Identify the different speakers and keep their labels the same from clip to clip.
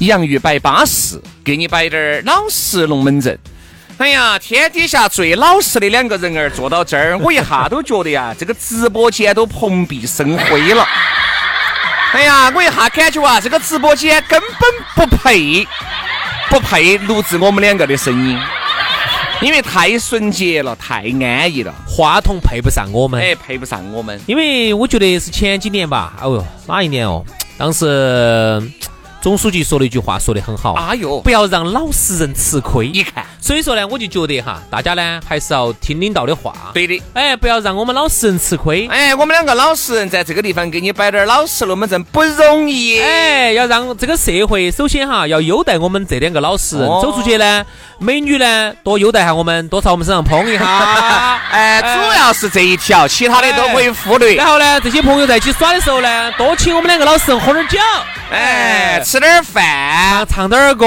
Speaker 1: 洋芋摆巴适，给你摆点儿老实龙门阵。哎呀，天底下最老实的两个人儿坐到这儿，我一下都觉得呀，这个直播间都蓬荜生辉了。哎呀，我一下感觉啊，这个直播间根本不配，不配录制我们两个的声音，因为太纯洁了，太安逸了，
Speaker 2: 话筒配不上我们。
Speaker 1: 哎，配不上我们。
Speaker 2: 因为我觉得是前几年吧，哦哟，哪一年哦？当时嗯总书记说了一句话，说得很好，
Speaker 1: 哎呦
Speaker 2: 不，要让老实人吃亏。
Speaker 1: 你看，
Speaker 2: 所以说呢，我就觉得哈，大家呢还是要听领导的话。
Speaker 1: 对的。
Speaker 2: 哎，不要让我们老实人吃亏。
Speaker 1: 哎，我们两个老实人在这个地方给你摆点儿老实龙门阵不容易。
Speaker 2: 哎，要让这个社会首先哈要优待我们这两个老实人，
Speaker 1: 哦
Speaker 2: 走出去呢，美女呢多优待下我们，多朝我们身上捧一 下。
Speaker 1: 哎，主要是这一条，其他的都可以忽略
Speaker 2: 然。后呢，这些朋友在一起耍的时候呢，多请我们两个老实人喝点儿酒，哎
Speaker 1: 哎，吃点儿饭，
Speaker 2: 唱唱点儿歌。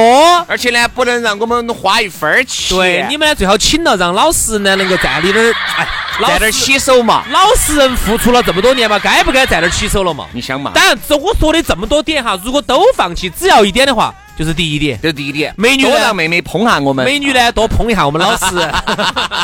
Speaker 1: 而且呢，不能让我们花一分儿钱。
Speaker 2: 对，你们呢最好请到让老实人呢能够站立点儿，哎，老
Speaker 1: 在这儿
Speaker 2: 实
Speaker 1: 洗手嘛。
Speaker 2: 老实人付出了这么多年嘛，该不该站那儿起手了嘛？
Speaker 1: 你想嘛，
Speaker 2: 当然，这我说的这么多点哈，如果都放弃，只要一点的话，就是第一点，
Speaker 1: 这是第一点。
Speaker 2: 美女呢
Speaker 1: 多让妹妹捧下我们。
Speaker 2: 美女呢多碰一下我们老实人。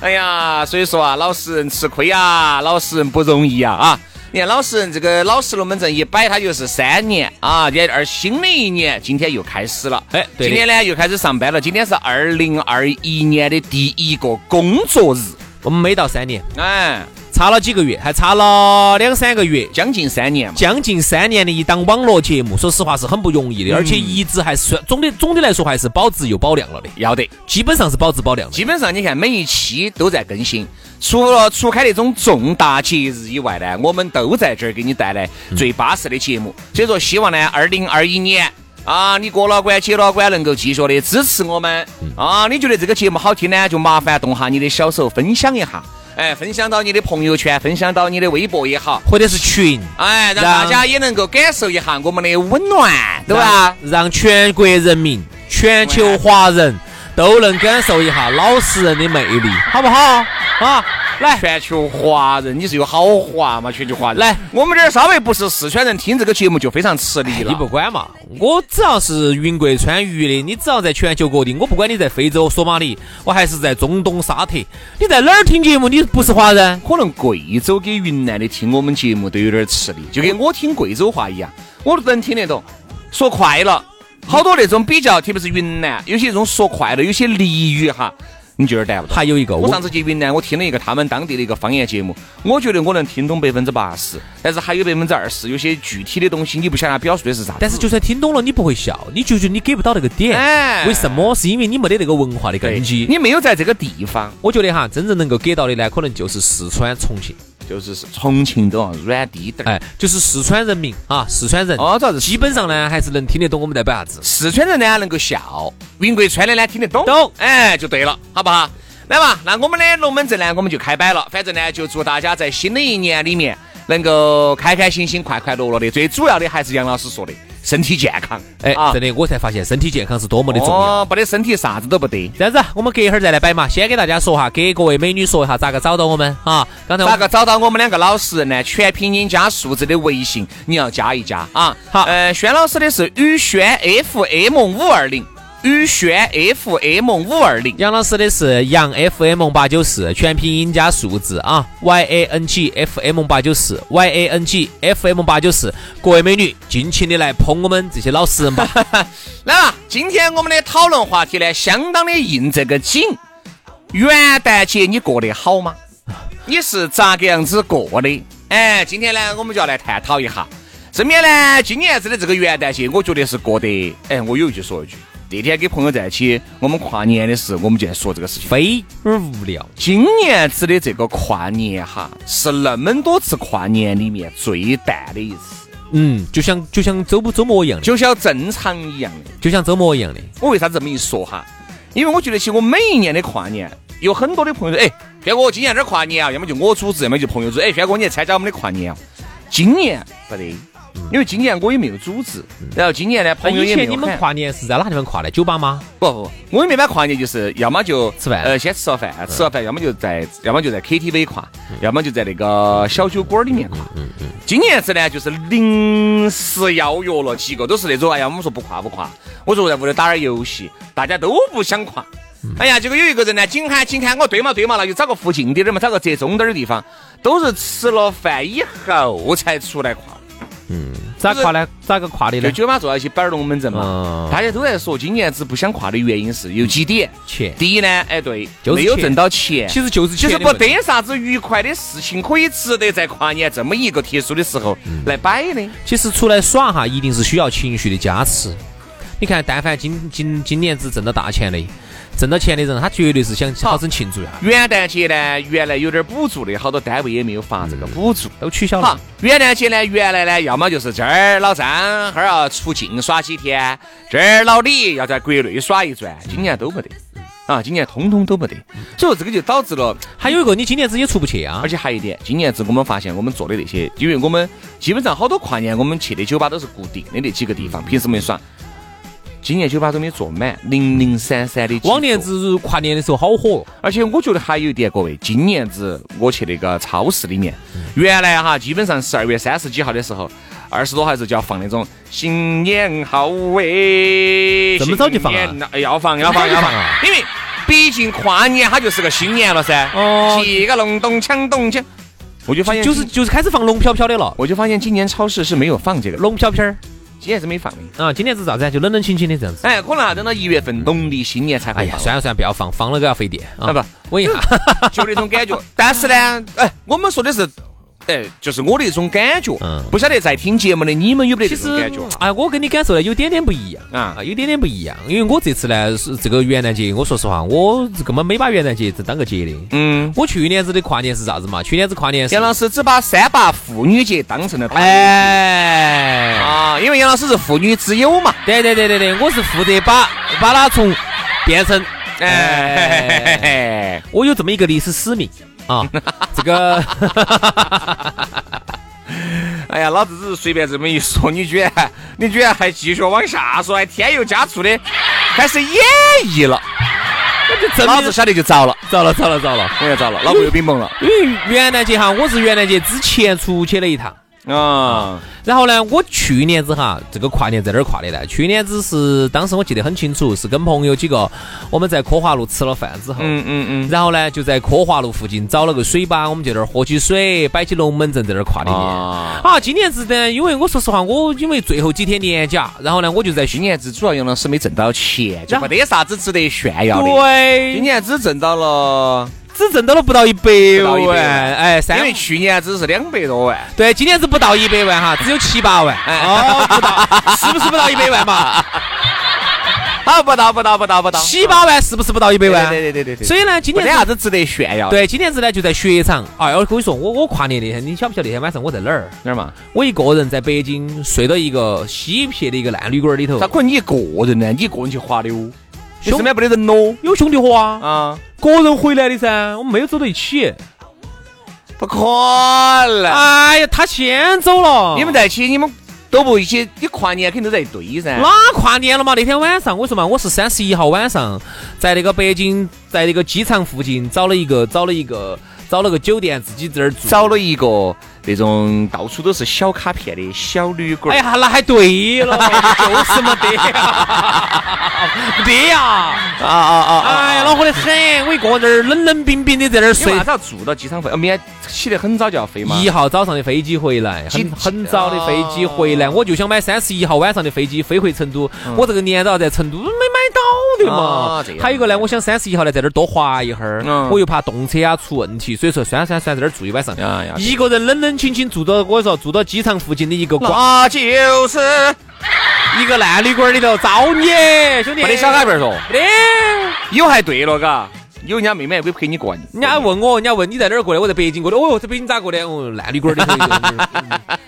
Speaker 1: 哎呀，所以说啊，老实人吃亏啊，老实人不容易啊啊！你看老实人这个老实龙门阵一摆，它就是三年啊，也而新的一年今天又开始了。
Speaker 2: 哎对的
Speaker 1: 今天呢又开始上班了，今天是二零二一年的第一个工作日，
Speaker 2: 我们没到三年，
Speaker 1: 哎，
Speaker 2: 差了几个月，还差了两三个月，
Speaker 1: 将近三年嘛。
Speaker 2: 将近三年的一档网络节目，说实话是很不容
Speaker 1: 嗯
Speaker 2: 易的，而且一直还算总的总的来说还是保质又保量了的，
Speaker 1: 要得，
Speaker 2: 基本上是保质保量的。
Speaker 1: 基本上你看每一期都在更新，除了除开那种重大节日以外呢，我们都在这儿给你带来最巴适的节目。所以说，希望呢，二零二一年啊，你过了关、解了关，能够继续的支持我们啊。你觉得这个节目好听呢，就麻烦动下你的小手分享一下，哎，分享到你的朋友圈，分享到你的微博也好，
Speaker 2: 或者是群，
Speaker 1: 哎，让大
Speaker 2: 让
Speaker 1: 家也能够感受一下我们的温暖，对吧？
Speaker 2: 让？让全国人民、全球华人都能感受一下老实人的魅力，好不好？啊，来，
Speaker 1: 全球华人，你是有好华嘛？全球华人，
Speaker 2: 来
Speaker 1: 我们这儿稍微不是四川人，听这个节目就非常吃力了。
Speaker 2: 哎你不管嘛，我只要是云贵川渝的，你只要在全球各地，我不管你在非洲索马里，我还是在中东沙特，你在哪儿听节目，你不是华人？
Speaker 1: 可能贵州跟云南的听我们节目都有点吃力，就跟我听贵州话一样，我都能听得懂。说快了，好多那种比较，特别是云南，有些这种说快了，有些俚语哈，你就是带不到。
Speaker 2: 还有一个，
Speaker 1: 我上次去云南，我听了一个他们当地的一个方言节目，我觉得我能听懂百分之八十，但是还有百分之二十，有些具体的东西你不晓得它表述的是啥。
Speaker 2: 但是就算听懂了，你不会笑，你就觉得你给不到那个点。
Speaker 1: 哎
Speaker 2: 为什么？是因为你没得那个文化的
Speaker 1: 对
Speaker 2: 根基。
Speaker 1: 你没有在这个地方。
Speaker 2: 我觉得哈，真正能够给到的呢，可能就是四川、重庆，
Speaker 1: 就是重庆哦都要软滴点儿。
Speaker 2: 哎，就是四川人民啊，四川人。
Speaker 1: 哦，主要是
Speaker 2: 基本上呢，还是能听得懂我们在摆啥子。
Speaker 1: 四川人呢能够笑，云贵川的呢听得懂，
Speaker 2: 懂
Speaker 1: 哎就对了，好不好？来嘛，那我们的龙门阵呢，我们就开摆了。反正呢，就祝大家在新的一年里面能够开开心心、快快乐乐的。最主要的还是杨老师说的，身体健康。
Speaker 2: 哎，
Speaker 1: 啊
Speaker 2: 真的，我才发现身体健康是多么的重要。
Speaker 1: 哦，没得身体啥子都不得。
Speaker 2: 这样子，我们隔一会儿再来摆嘛。先给大家说哈，给各位美女说一下咋个找到我们啊？刚才我
Speaker 1: 咋个找到我们两个老实人呢？全拼音加数字的微信，你要加一加啊。
Speaker 2: 好
Speaker 1: 呃，轩老师的是宇轩 FM 五二零，宇轩 FM 五二零。
Speaker 2: 杨老师的是杨 FM 八九四，全拼音加数字啊，Y A N G F M 八九四，Y A N G F M 八九四。各位美女，尽情的来捧我们这些老 实人吧。
Speaker 1: 来吧，今天我们的讨论话题呢，相当的应这个景。元旦节你过得好吗？你是咋个样子过的？哎，今天呢，我们就要来探讨一下。身边呢，今年子的这个元旦节，我觉得是过得，哎，我有一句说一句。那天跟朋友在一起，我们跨年的时候，我们就在说这个事情。
Speaker 2: 非而无聊，
Speaker 1: 今年子的这个跨年哈，是那么多次跨年里面最淡的一次，
Speaker 2: 嗯，就像就像周不周末一样的，
Speaker 1: 就像正常一样的。
Speaker 2: 就像周末一样的。
Speaker 1: 我为啥子这么一说哈？因为我觉得，其实我每一年的跨年，有很多的朋友说，哎，轩哥，今年这跨年啊，要么就我组织，要么就朋友组。哎，轩哥，你来参加我们的跨年啊？今年不得，因为今年我也没有组织，然后今年呢，
Speaker 2: 那
Speaker 1: 朋友
Speaker 2: 以
Speaker 1: 也没
Speaker 2: 前
Speaker 1: 有
Speaker 2: 你们
Speaker 1: 喊。
Speaker 2: 跨年是在哪地方跨的？酒吧吗？
Speaker 1: 不不，我们一般跨年就是要么就
Speaker 2: 吃饭嗯
Speaker 1: 呃，先吃了饭，吃了饭，要么就在，要么就在 KTV 跨，要么就在那个小酒馆里面跨。
Speaker 2: 嗯
Speaker 1: 今年子呢，就是临时邀约了几个，都是那种哎呀，我们说不跨不跨，我说在屋里打点游戏，大家都不想跨。
Speaker 2: 嗯
Speaker 1: 哎呀，结果有一个人呢，紧喊紧喊，我对嘛对嘛，那就找个附近点儿的嘛，找个折中点儿的地方，都是吃了饭以后才出来跨。
Speaker 2: 咋跨呢？咋个跨的
Speaker 1: 就
Speaker 2: 呢？
Speaker 1: 酒吧坐到一起摆龙门阵嘛
Speaker 2: 嗯，
Speaker 1: 大家都在说今年子不想跨的原因是有几点。
Speaker 2: 钱，
Speaker 1: 第一呢，哎对，
Speaker 2: 就是
Speaker 1: 没有
Speaker 2: 钱
Speaker 1: 挣到钱，
Speaker 2: 其实就是
Speaker 1: 其
Speaker 2: 钱
Speaker 1: 实
Speaker 2: 的
Speaker 1: 不
Speaker 2: 问题
Speaker 1: 得啥子愉快的事情可以值得在跨年这么一个特殊的时候
Speaker 2: 嗯
Speaker 1: 来摆的。
Speaker 2: 其实出来耍哈，一定是需要情绪的加持。你看，但凡今今今年子挣到大钱的，挣到钱的人，他绝对是想好生庆祝一下。啊
Speaker 1: 元旦节呢，原来有点补助的，好多单位也没有发这个
Speaker 2: 嗯
Speaker 1: 补助。
Speaker 2: 都取消
Speaker 1: 好
Speaker 2: 了，，
Speaker 1: 元旦节呢，原来呢，要么就是这儿老张哈儿要出境耍几天，这儿老李要在国内耍一转，今年都没得，啊，今年通通都没得，所以说这个就导致了。
Speaker 2: 还有一个，你今年子也出不去啊
Speaker 1: 而。且还有一点，今年子我们发现我们做的那些，因为我们基本上好多跨年我们去的酒吧都是固定的那几个地方，平时没耍。今年酒吧都没坐满，零零散散的。
Speaker 2: 往年，子跨年的时候好火，
Speaker 1: 而且我觉得还有一点，各位，今年子我去那个超市里面，
Speaker 2: 嗯
Speaker 1: 原来哈，基本上十二月三十几号的时候，二十多号的时候就要放那种新年好喂，
Speaker 2: 这么早就放啊
Speaker 1: 新年了？哎要放要放要放
Speaker 2: 放啊，
Speaker 1: 因为毕竟跨年它就是个新年了噻。
Speaker 2: 哦
Speaker 1: 起个隆咚锵咚锵，我就发现
Speaker 2: 就是就是开始放龙飘飘的了，
Speaker 1: 我就发现今年超市是没有放这个，
Speaker 2: 龙飘飘儿
Speaker 1: 今年是没放的。
Speaker 2: 啊。今年子咋子啊？就冷冷清清的这样子。
Speaker 1: 哎，可能要等到一月份农历新年才
Speaker 2: 哎
Speaker 1: 会
Speaker 2: 呀，
Speaker 1: 放，
Speaker 2: 算了算了，不要放，放了个要费电
Speaker 1: 啊
Speaker 2: 啊。
Speaker 1: 不，
Speaker 2: 稳一下，
Speaker 1: 就那种感觉。但是呢，哎，我们说的是，哎，就是我的一种感觉。
Speaker 2: 嗯
Speaker 1: 不晓得在听节目的你们有没
Speaker 2: 其
Speaker 1: 得这
Speaker 2: 实
Speaker 1: 种感觉？
Speaker 2: 哎，我跟你感受呢有点点不一样
Speaker 1: 啊
Speaker 2: 啊，有点点不一样。因为我这次呢是这个元旦节，我说实话，我根本没把元旦节当个节的。
Speaker 1: 嗯，
Speaker 2: 我去年子的跨年是啥子嘛？去年子跨年是
Speaker 1: 杨老师只把三八妇女节当成了哎
Speaker 2: 哎，
Speaker 1: 啊，因为杨老师是妇女之友嘛。
Speaker 2: 对对对对对，我是负责把把它从变成
Speaker 1: 哎嘿嘿
Speaker 2: 哎，
Speaker 1: 嘿嘿，
Speaker 2: 我有这么一个历史使命 啊，这个
Speaker 1: 哎呀，老子只是随便这么一说，你居然 你居然还继续往下说，还添油加醋的，开始演绎了，
Speaker 2: 证
Speaker 1: 老子
Speaker 2: 明
Speaker 1: 晓得就糟了。
Speaker 2: 糟了糟了糟了，
Speaker 1: 我也遭了，脑壳有冰崩了
Speaker 2: 因为元旦节哈，我是元旦节之前出去了一趟。
Speaker 1: 啊！
Speaker 2: 然后呢，我去年子哈，这个跨年在哪儿跨的呢？去年子是当时我记得很清楚，是跟朋友几个我们在科华路吃了饭之后，
Speaker 1: 嗯嗯嗯，
Speaker 2: 然后呢就在科华路附近找了个水吧，我们就在那儿喝起水，摆起龙门阵在那儿跨的年。
Speaker 1: 啊
Speaker 2: 啊，今年子呢，因为我说实话，我因为最后几天年假，然后呢我就在
Speaker 1: 今年子主要杨老师没挣到钱，就
Speaker 2: 然后
Speaker 1: 没得啥子值得炫耀的。今
Speaker 2: 对，
Speaker 1: 年只挣到了，
Speaker 2: 只挣到了不到一百
Speaker 1: 不到一百万
Speaker 2: 万，哎，三
Speaker 1: 因为去年只是两百多万。
Speaker 2: 对，今年是不到一百万哈，只有七八万，哦，不到，是不是不到一百万嘛？
Speaker 1: 啊，不到不到不到不到，
Speaker 2: 七八万是不是不到一百万？
Speaker 1: 对对对对对对
Speaker 2: 所以呢，今
Speaker 1: 没
Speaker 2: 年
Speaker 1: 得
Speaker 2: 子
Speaker 1: 啥子值得炫耀。，
Speaker 2: 对，今年子呢就在雪场。哎，我跟你说，我我跨年那天，你晓不晓得那天晚上我在哪儿？
Speaker 1: 哪儿嘛？
Speaker 2: 我一个人在北京睡到一个西撇的一个烂旅馆里头
Speaker 1: 咋，可能你一个人呢？你一个人去滑溜，你
Speaker 2: 兄
Speaker 1: 身边没得人咯？
Speaker 2: 有兄弟伙啊，
Speaker 1: 啊，
Speaker 2: 个人回来的噻，我们没有走到一起。
Speaker 1: 不可能！
Speaker 2: 哎呀，他先走了，
Speaker 1: 你们在一起，你们都不一起，你跨年肯定都在一堆噻。
Speaker 2: 哪跨年了嘛？那天晚上我说嘛，我是三十一号晚上，在那个北京，在那个机场附近找了一个找了一个找了个酒店，自己在那儿住。
Speaker 1: 找了一个那种到处都是小卡片的小旅馆。
Speaker 2: 哎呀，那还对哎了，就是没得呀，没 得呀，
Speaker 1: 啊啊啊！
Speaker 2: 哎呀，恼火的很，我一个人儿冷冷冰冰的在那儿
Speaker 1: 因为
Speaker 2: 睡
Speaker 1: 啥。子要住到机场飞？哦，明天起得很早就要飞嘛。
Speaker 2: 一号早上的飞机回来，
Speaker 1: 几
Speaker 2: 很很早的飞机回来，
Speaker 1: 哦嗯
Speaker 2: 我就想买三十一号晚上的飞机飞回成都。我这个年都要在成都没买到的嘛
Speaker 1: 啊这。样
Speaker 2: 还有一个呢，我想三十一号呢在这儿多滑一会儿
Speaker 1: 嗯，
Speaker 2: 我又怕动车啊出问题，所以说算了算了算了，在这儿住一晚上
Speaker 1: 哎呀呀，
Speaker 2: 一个人冷冷清清住到我说住到机场附近的一个瓜
Speaker 1: 那就是
Speaker 2: 一个烂旅馆里头，造你兄弟！
Speaker 1: 没得小卡片嗦，
Speaker 2: 没得。
Speaker 1: 有还对了，嘎，有人家妹妹还可以陪你过完。
Speaker 2: 人家问我，人家问你在哪儿过的？我在北京过的。哦哟，在北京咋过的？哦，烂旅馆里头，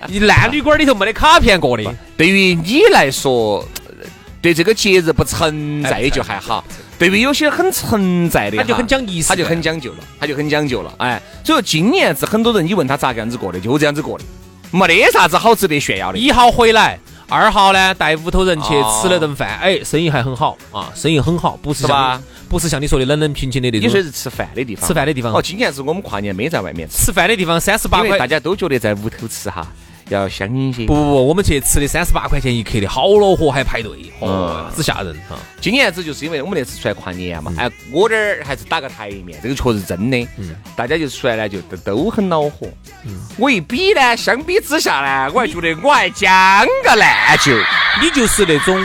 Speaker 2: 嗯烂旅馆里头没得卡片过的。
Speaker 1: 对于你来说，呃对这个节日不存
Speaker 2: 哎
Speaker 1: 在就还好；对于有些很存在的哈，
Speaker 2: 他就很讲仪式
Speaker 1: 他就很讲究了，他就很讲究了。哎，所以说今年子很多人，你问他咋个样子过的，就这样子过的，没得啥子好值得炫耀的。
Speaker 2: 一号回来，二号呢带屋头人去
Speaker 1: 哦
Speaker 2: 吃了顿饭，哎，生意还很好啊，生意很好，不是
Speaker 1: 是吧
Speaker 2: 像不是像你说的冷冷平清的那
Speaker 1: 你说
Speaker 2: 种。
Speaker 1: 是吃饭的地方，
Speaker 2: 吃饭的地方
Speaker 1: 哦，今年子我们跨年没在外面吃，
Speaker 2: 吃饭的地方三十八
Speaker 1: 因为大
Speaker 2: 块，
Speaker 1: 家都觉得在屋头吃哈要香一些。
Speaker 2: 不不不，我们去吃的三十八块钱一克的，好恼火，还排队，哦，
Speaker 1: 嗯
Speaker 2: 只吓人啊！
Speaker 1: 今年子就是因为我们那次出来跨年
Speaker 2: 嗯
Speaker 1: 嘛，哎，我这儿还是打个台面，这个确实真的。大家就出来呢，就都都很恼火。
Speaker 2: 嗯
Speaker 1: 我一比呢，相比之下呢，我还觉得我还将个烂酒。
Speaker 2: 你就是那种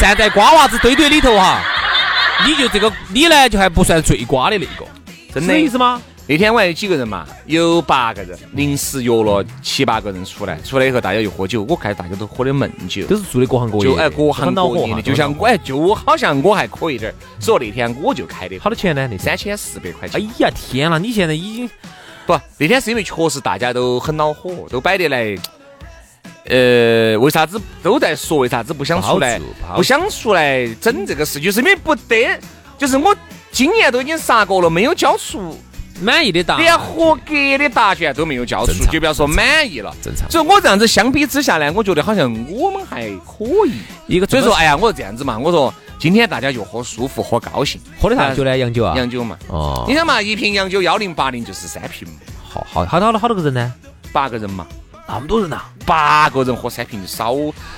Speaker 2: 站在瓜娃子堆堆里头哈，你就这个你呢就还不算最瓜的那个，
Speaker 1: 真
Speaker 2: 是这意思
Speaker 1: 的。
Speaker 2: 吗？
Speaker 1: 那天我还有几个人嘛？有八个人，临时约了七八个人出来，出来以后大家又喝酒，我看大家都喝的闷酒。
Speaker 2: 都是做的各行各业
Speaker 1: 就
Speaker 2: 的，
Speaker 1: 哎，各行
Speaker 2: 很恼
Speaker 1: 各
Speaker 2: 火
Speaker 1: 业
Speaker 2: 哈
Speaker 1: 的，就像我哎，就我好像我还可以点儿，所以那天我就开的
Speaker 2: 好多钱呢？那天
Speaker 1: 三千四百块钱
Speaker 2: 哎。呀天啦！你现在已经
Speaker 1: 不，那天是因为确实大家都很恼火，都摆得来。呃，为啥子都在说？为啥子不想出来
Speaker 2: 不好做不好？做
Speaker 1: 不想出来整这个事，就是因为不得，就是我今年都已经杀过了，没有交出，
Speaker 2: 满意的答案
Speaker 1: 连合格的答卷都没有交出
Speaker 2: 正常，
Speaker 1: 就不要说满意了。
Speaker 2: 正常
Speaker 1: 所以我这样子相比之下呢，我觉得好像我们还可以。
Speaker 2: 一个
Speaker 1: 所
Speaker 2: 这
Speaker 1: 以
Speaker 2: 么，
Speaker 1: 说，哎呀，我这样子嘛，我说今天大家就喝舒服，喝高兴，
Speaker 2: 喝的啥酒
Speaker 1: 哎
Speaker 2: 呢？洋酒啊？
Speaker 1: 洋酒嘛。
Speaker 2: 哦
Speaker 1: 你，想嘛，一瓶洋酒幺零八零就是三瓶嘛，
Speaker 2: 好好好多好多好多个人呢？
Speaker 1: 八个人嘛。
Speaker 2: 那么多人呐？
Speaker 1: 八个人喝三瓶少，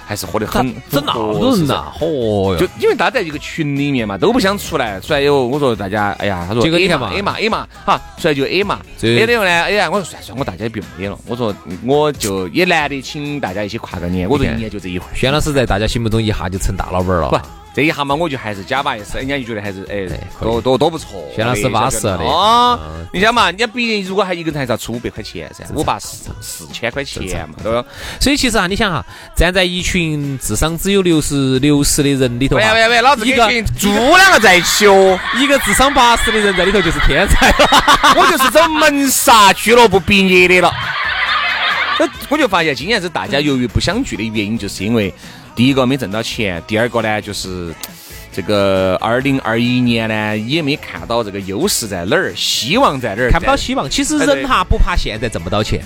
Speaker 1: 还是喝得 很
Speaker 2: 整那么多人？呐？嚯
Speaker 1: 很合适
Speaker 2: 哟！
Speaker 1: 就因为大家在一个群里面嘛，都不想出来。出来以后，我说大家，哎呀，他说
Speaker 2: 结果你看
Speaker 1: A
Speaker 2: 嘛
Speaker 1: 嘛，A 嘛，A 嘛，哈，出来就 A 嘛
Speaker 2: 啊这
Speaker 1: ，A 了以后呢，哎呀，我说算算，我大家别没了。我说我就也难得请大家一起跨个年，我说
Speaker 2: 你
Speaker 1: 一
Speaker 2: 看
Speaker 1: 年就这一回。
Speaker 2: 轩老师在大家心目中一下就成大老板
Speaker 1: 不
Speaker 2: 了。，
Speaker 1: 这一下嘛，我就还是假把意思，人家就觉得还是哎
Speaker 2: 哎，可以
Speaker 1: 多多多不错。
Speaker 2: 薛老师巴适了的啊
Speaker 1: 哦，
Speaker 2: 嗯
Speaker 1: 你想嘛，人家毕竟如果还一个人还是要出五百块钱噻，五八四四千块钱嘛，对吧？
Speaker 2: 所以其实啊，你想哈，站在一群智商只有六十六十的人里头啊
Speaker 1: 喂
Speaker 2: 哈，
Speaker 1: 喂喂，老子
Speaker 2: 一
Speaker 1: 跟
Speaker 2: 个
Speaker 1: 群猪两个在一起哦。
Speaker 2: 一个智商八十的人在里头就是 天才了。
Speaker 1: 我就是走门萨俱乐部毕业的了。那我就发现今年是大家由于不相聚的原因，就是因为第一个没挣到钱，第二个呢就是这个二零二一年呢也没看到这个优势在哪儿，希望在哪儿，
Speaker 2: 看不到
Speaker 1: 在
Speaker 2: 希望。其实
Speaker 1: 哎对
Speaker 2: 人哈不怕现在挣不到钱，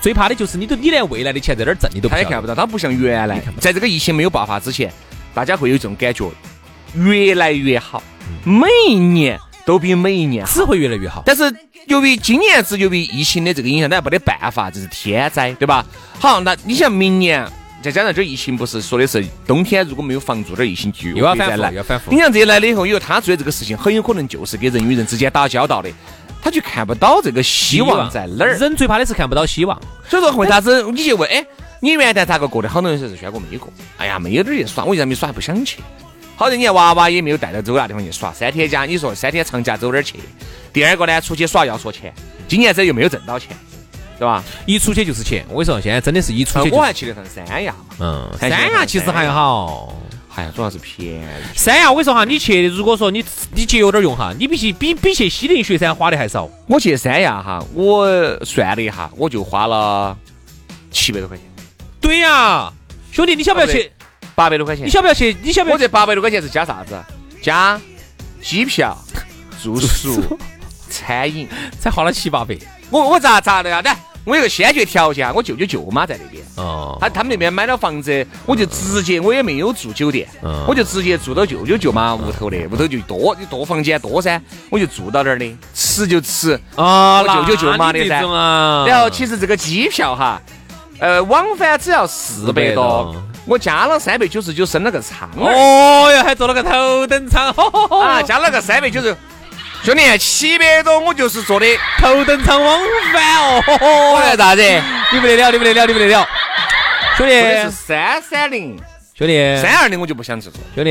Speaker 2: 最怕的就是你都你连未来的钱在哪儿挣你都不
Speaker 1: 他也
Speaker 2: 晓
Speaker 1: 看
Speaker 2: 得
Speaker 1: 不。到，他不像原来，在这个疫情没有爆发之前，大家会有一种感觉，越来越好，每一年都比每一年好。
Speaker 2: 只会越来越好。
Speaker 1: 但是由于今年子由于疫情的这个影响，那没得办法，这是天灾，对吧？好，那你像明年，再加上这疫情，不是说的是冬天如果没有防住，这疫情就
Speaker 2: 又要
Speaker 1: 会再
Speaker 2: 反复
Speaker 1: 来
Speaker 2: 又要反复
Speaker 1: 你像这来了以后，以后他做的这个事情，很有可能就是给人与人之间打交道的，他就看不到这个希望在哪儿。
Speaker 2: 人最怕的是看不到希望。
Speaker 1: 所以说为啥子你就问，哎，你元旦咋个过的？好多人说是轩哥没过，哎呀，没有点儿去耍，我现在没耍，不想去。好在你看娃娃也没有带到走那地方去耍，三天假，你说三天长假走哪儿去？第二个呢，出去耍要说钱，今年子又没有挣到钱，对吧？
Speaker 2: 一出去就是钱，我跟你说，现在真的是一出去
Speaker 1: 哎我
Speaker 2: 就
Speaker 1: 还去了趟三亚嘛，
Speaker 2: 嗯，
Speaker 1: 还
Speaker 2: 三
Speaker 1: 行
Speaker 2: 亚其实还好。
Speaker 1: 哎呀，主要是便宜。
Speaker 2: 三啊亚，我跟你说哈，你去如果说你你节约点用哈，你比起比比去西岭雪山花的还少。
Speaker 1: 我去三亚哈，我算了一下，我就花了七百多块钱，
Speaker 2: 对呀、兄弟，你晓不晓得
Speaker 1: 啊不
Speaker 2: 去？
Speaker 1: 八百多块
Speaker 2: 你
Speaker 1: 钱。
Speaker 2: 晓不晓得去？你晓不晓
Speaker 1: 我
Speaker 2: 得？
Speaker 1: 这八百多块钱是加啥子？加机票、住宿、餐饮。
Speaker 2: 才花了七八百，
Speaker 1: 我我咋咋的呀？来，我有个先决条件啊，我舅舅舅妈在那边，
Speaker 2: 哦，
Speaker 1: 他他们那边买了房子，我就直接我也没有住酒店，
Speaker 2: 嗯
Speaker 1: 我就直接住到舅舅舅妈屋头的，屋头就多多房间多噻，我就住到那儿的，吃就吃。
Speaker 2: 啊，
Speaker 1: 我舅舅舅妈
Speaker 2: 那
Speaker 1: 的
Speaker 2: 你
Speaker 1: 噻
Speaker 2: 这种啊，
Speaker 1: 然后其实这个机票哈，呃，往返只要四百多
Speaker 2: 400，
Speaker 1: 我加了三百九十九，升了个舱儿哎
Speaker 2: 哦哟，还坐了个头等舱， 吼吼吼
Speaker 1: 啊，加了个三百九十。兄弟，七百多我就是坐的，
Speaker 2: 头等舱往返哦 吼吼，
Speaker 1: 我来啥子？
Speaker 2: 你不得了，你不得了，你不得了，兄弟
Speaker 1: 坐的是三三零，
Speaker 2: 兄弟
Speaker 1: 三二零我就不想去坐。
Speaker 2: 兄弟，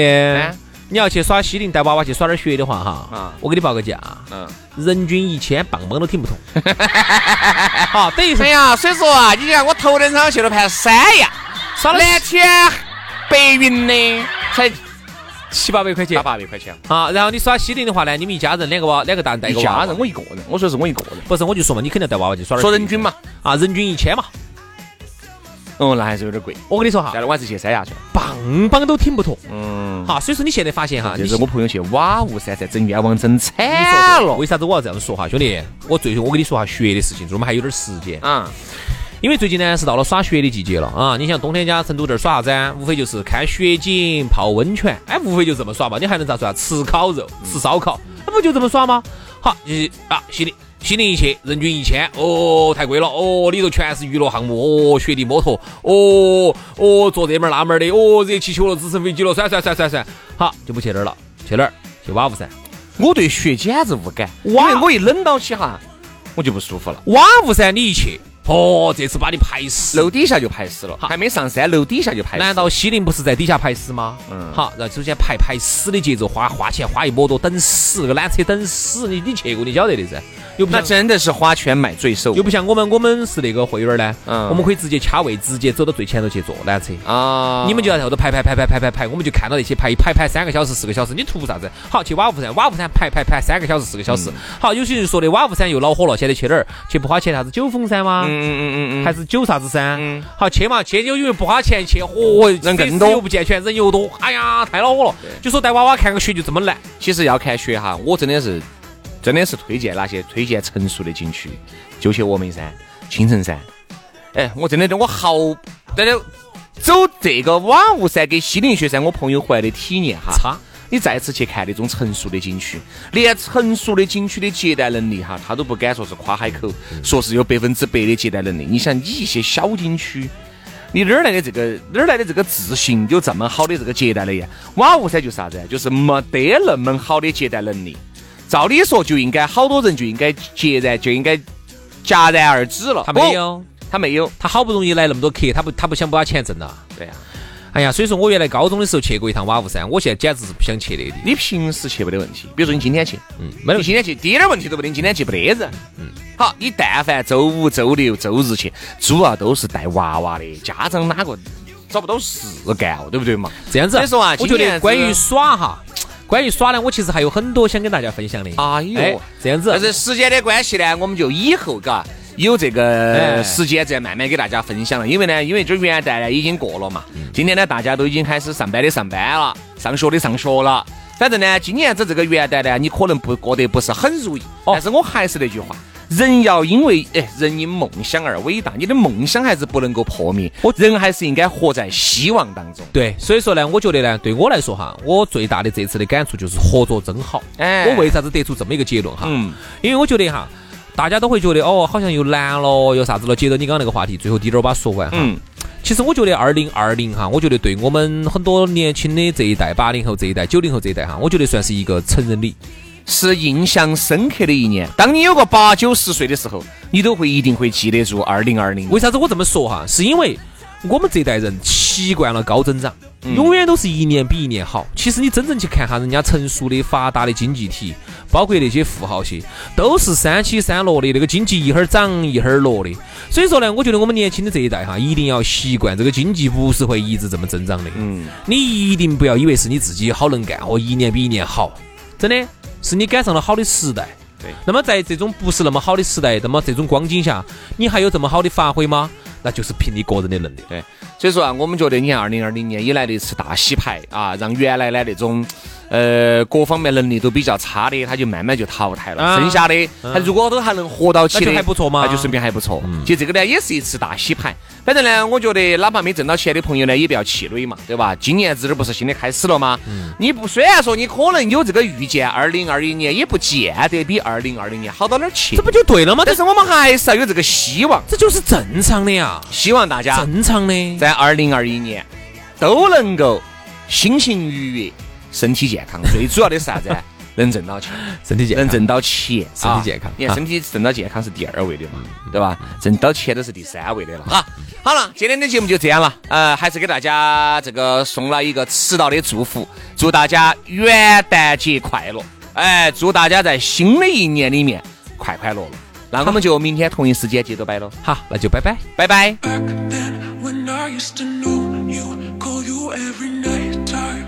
Speaker 2: 你要去耍西宁带娃娃去耍点雪的话哈
Speaker 1: 啊，
Speaker 2: 我给你报个价，
Speaker 1: 嗯，
Speaker 2: 人均一千，棒棒都听 不懂。好，等于是
Speaker 1: 哎呀，所以说啊，你看我头等舱去了盘三 亚，
Speaker 2: 耍了
Speaker 1: 蓝天白云的，才
Speaker 2: 七八百块钱
Speaker 1: 八。八百块钱。
Speaker 2: 啊，然后你耍西宁的话呢，你们一家人两个娃，两个大人带一
Speaker 1: 一
Speaker 2: 个娃
Speaker 1: 家
Speaker 2: 娃
Speaker 1: 人，，我一个人，我哎说是我一个人。
Speaker 2: 不是我就说嘛，你肯定要带娃娃去耍点
Speaker 1: 说
Speaker 2: 雪
Speaker 1: 人均嘛，
Speaker 2: 啊，人均一千嘛。
Speaker 1: 哦，那还是有点贵。
Speaker 2: 我跟你说哈
Speaker 1: 下，来我还是去三亚去了。
Speaker 2: 棒棒都听不懂。
Speaker 1: 嗯，
Speaker 2: 哈，所以说你现在发现哈，
Speaker 1: 这
Speaker 2: 你
Speaker 1: 是我朋友去瓦屋山寨整冤枉，整
Speaker 2: 你
Speaker 1: 惨
Speaker 2: 说对
Speaker 1: 了。
Speaker 2: 为啥子我要这样说哈，兄弟？我最后我跟你说下雪的事情，我们还有点时间，
Speaker 1: 啊，
Speaker 2: 因为最近呢是到了耍雪的季节了啊。你想冬天家成都这儿耍啥子啊？无非就是看雪景、泡温泉，哎，无非就这么耍嘛。你还能咋耍？吃烤肉、吃烧烤，那不就这么耍吗？好，就是啊，西宁西宁一去，人均一千，哦，太贵了，哦，里头全是娱乐项目，哦，雪地摩托，哦，哦，坐这门儿那门儿的，哦，热气球了，直升飞机了，算算算算算，好，就不去那儿了，去哪儿？去瓦屋山。
Speaker 1: 我对雪简直无感，因为我一冷到起哈，我就不舒服了。
Speaker 2: 瓦屋山你一去，哦，这次把你排死。
Speaker 1: 楼底下就排死了，还没上山，楼底下就排死。
Speaker 2: 难道西宁不是在底下排死吗？
Speaker 1: 嗯
Speaker 2: 好，然后首先排排死的节奏，花花钱花一摩多，等死那个缆车等死，你你去过你晓得的噻。又不
Speaker 1: 那
Speaker 2: 像
Speaker 1: 真的是花拳买罪受啊
Speaker 2: 又不像我们，我们是那个会员呢，
Speaker 1: 嗯
Speaker 2: 我们可以直接掐位，直接走到最前头去坐缆车。
Speaker 1: 啊！
Speaker 2: 你们就在后头排排排排排排排，我们就看到那些排一排排三个小时四个小时，你图啥子？好，去瓦屋山，瓦屋山排排排三个小时四个小时。
Speaker 1: 嗯
Speaker 2: 好，有些人说的瓦屋山又恼火了，现在去哪儿？去不花钱啥子九峰山吗？
Speaker 1: 嗯嗯嗯嗯嗯，
Speaker 2: 还是酒啥子噻？
Speaker 1: 嗯
Speaker 2: 好去嘛，去就因为不花钱去，嚯、
Speaker 1: 人更
Speaker 2: 设施
Speaker 1: 多
Speaker 2: 又不健全，人又多，哎呀，太恼火了。就说带娃娃看个雪就这么难，
Speaker 1: 其实要看雪哈，我真的是真的是推荐哪些推荐成熟的景区，就去峨眉山、青城山。哎，我真的我好真的走这个瓦屋山跟西岭雪山，我朋友回来的体验哈，
Speaker 2: 差。
Speaker 1: 你再次去看那种成熟的景区，连成熟的景区的接待能力哈，他都不敢说是夸海
Speaker 2: 嗯
Speaker 1: 口，说是有百分之百的接待能力。你想，你一些小景区，你哪儿来的这个哪儿来的这个自信有这么好的这个接待能力？瓦屋山就是啥子啊？就是没得那么好的接待能力。照理说就应该好多人就应该截然就应该戛然而止了，
Speaker 2: 他没
Speaker 1: 哦，
Speaker 2: 有，
Speaker 1: 他没有，
Speaker 2: 他好不容易来那么多客，他不他不想把钱挣了。
Speaker 1: 对呀、
Speaker 2: 哎呀，所以说我原来高中的时候去过一趟瓦屋山，我现在简直是不想去那里。
Speaker 1: 你平时去没得问题，比如说你今天去，嗯，
Speaker 2: 没 得问
Speaker 1: 你
Speaker 2: 题
Speaker 1: 今天去，第一点问题都没得，你今天去没得人，嗯，好，你但凡周五、周六、周日去，主要都是带娃娃的，家长哪个找不到事干哦，对不对嘛？
Speaker 2: 这样子，
Speaker 1: 所以说啊
Speaker 2: 我
Speaker 1: 今
Speaker 2: 觉
Speaker 1: 年
Speaker 2: 得关
Speaker 1: 这
Speaker 2: 于
Speaker 1: 个
Speaker 2: 耍哈，关于耍呢，我其实还有很多想跟大家分享的。
Speaker 1: 哎呦
Speaker 2: 这样子
Speaker 1: 但，是时间的关系呢，我们就以后嘎。有这个
Speaker 2: 哎
Speaker 1: 时间再慢慢给大家分享了，因为呢，因为这元旦呢已经过了嘛，
Speaker 2: 嗯
Speaker 1: 今天呢大家都已经开始上班的上班了，上学的上学了。反正呢，今年子这个元旦呢，你可能不过得不是很如意，
Speaker 2: 哦
Speaker 1: 但是我还是那句话，人要因为哎，人因梦想而伟大，你的梦想还是不能够破灭，人还是应该活在希望当中。
Speaker 2: 对，所以说呢，我觉得呢，对我来说哈，我最大的这次的感触就是合作真好。
Speaker 1: 哎
Speaker 2: 我为啥子得出这么一个结论哈？
Speaker 1: 嗯，
Speaker 2: 因为我觉得哈，大家都会觉得哦，好像又难了，又啥子了。接着你刚刚那个话题，最后滴点儿把它说完哈。
Speaker 1: 嗯，
Speaker 2: 其实我觉得二零二零哈，我觉得对我们很多年轻的这一代，八零后这一代，九零后这一代哈，我觉得算是一个成人礼。
Speaker 1: 是印象深刻的一年。当你有个八九十岁的时候，你都会一定会记得住二零二零。
Speaker 2: 为啥子我这么说哈？是因为我们这一代人习惯了高增长，永远都是一年比一年好。其实你真正去看哈，人家成熟的、发达的经济体，包括那些富豪些，都是三起三落的，那个经济一会儿涨一会儿落的。所以说呢，我觉得我们年轻的这一代哈，一定要习惯这个经济不是会一直这么增长的。
Speaker 1: 嗯，
Speaker 2: 你一定不要以为是你自己好能干哦，一年比一年好，真的是你赶上了好的时代。
Speaker 1: 对
Speaker 2: 那么在这种不是那么好的时代，那么这种光景下，你还有这么好的发挥吗？那就是凭你个人的能力。
Speaker 1: 对，所以说啊，我们觉得你看二零二零年以来的一次大洗牌啊，让原来的那种呃各方面能力都比较差的，他就慢慢就淘汰了。
Speaker 2: 啊
Speaker 1: 剩下的他如果都还能活到起的，
Speaker 2: 那就还不错嘛嗯
Speaker 1: 那就顺便还不错。其实这个呢也是一次大洗盘。反正呢，我觉得哪怕没挣到钱的朋友呢，也不要气馁嘛，对吧？今年子这不是新的开始了吗？
Speaker 2: 嗯
Speaker 1: 你不虽然说你可能有这个预见，二零二一年也不见得比二零二零年好到哪儿去
Speaker 2: 这。不就对了吗？
Speaker 1: 但
Speaker 2: 这
Speaker 1: 是我们还是要有这个希望，
Speaker 2: 这就是正常的呀，
Speaker 1: 希望大家
Speaker 2: 正常的。
Speaker 1: 在二零二一年都能够心情愉悦、身体健康，最主要的是啥 子？能挣到钱，
Speaker 2: 身体健
Speaker 1: 能挣到钱，
Speaker 2: 身体健康嗯
Speaker 1: 啊你看
Speaker 2: 啊
Speaker 1: 身体挣到健康是第二位的嘛，对吧？挣到钱都是第三位的了啊。好了，今天的节目就这样了，呃，还是给大家这个送了一个迟到的祝福，祝大家元旦节快乐，哎，祝大家在新的一年里面快快乐乐。那我们就明天同一时间接着摆喽，
Speaker 2: 好，那就拜拜。
Speaker 1: 拜拜。
Speaker 3: then when I used to know you, call you every night time.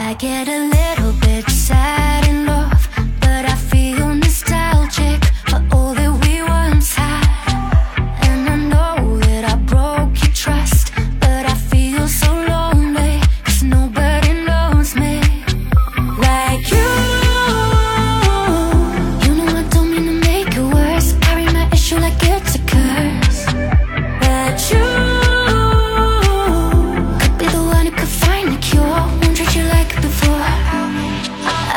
Speaker 4: I get a little bit sad and off, but I feel nostalgic for all that we once had. And I know that I broke your trust, but I feel so lonely, cause nobody knows me. Like you You know I don't mean to make it worse. Carry my issue like it's a curse. But you could be the one who could find a cure. Won't treat you like before.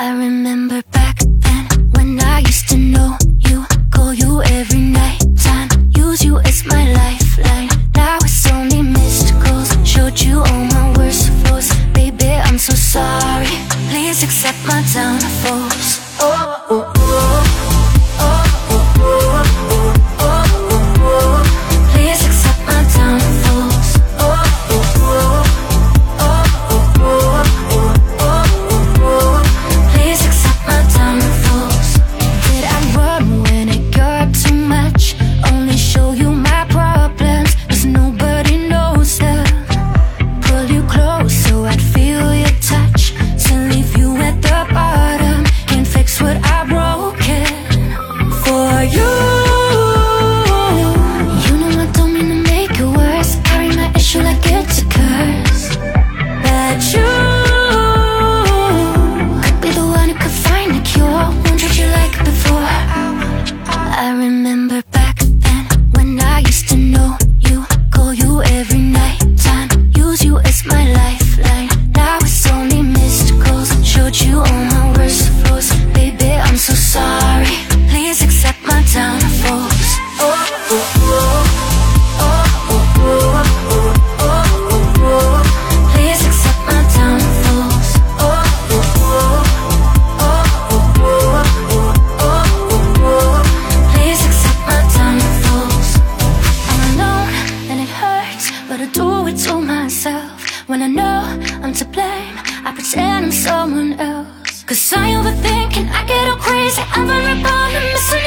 Speaker 4: I remember back then when I used to know you. Call you every night time. Use you as my lifeline. Now it's only missed calls. Showed you all my worst flaws. Baby, I'm so sorry. Please accept my downfalls. Oh, oh, oh. Please accept my downfalls. Oh, oh, oh. Oh, oh, oh. Oh, oh, oh. Please accept my downfalls. Did I run when it got too much? Only show you my problems, 'cause nobody knows them pull you close so I'd feel your touch to leave you at the bottom and fix what I broke for you. You know I don't mean to make it worse. Carry my issue like it's a curse, but you could be the one who could find a cure. Won't treat you like before. I remember back then when I used to know you, call you every night time, use you as my lifeline. Now it's only missed calls, showed you all my worst flaws. Baby, I'm so sorry. Please accept my downfalls. Oh, oh, oh. Oh, oh, oh. Oh, oh, oh. Please accept my downfalls. Oh, oh, oh. Oh, oh, oh. Oh, oh, oh. Please accept my downfalls. I'm alone and it hurts, but I do it to myself. When I know I'm to blame, I pretend I'm someone else. Cause I overthink and I get all crazy. I'm vulnerable and missing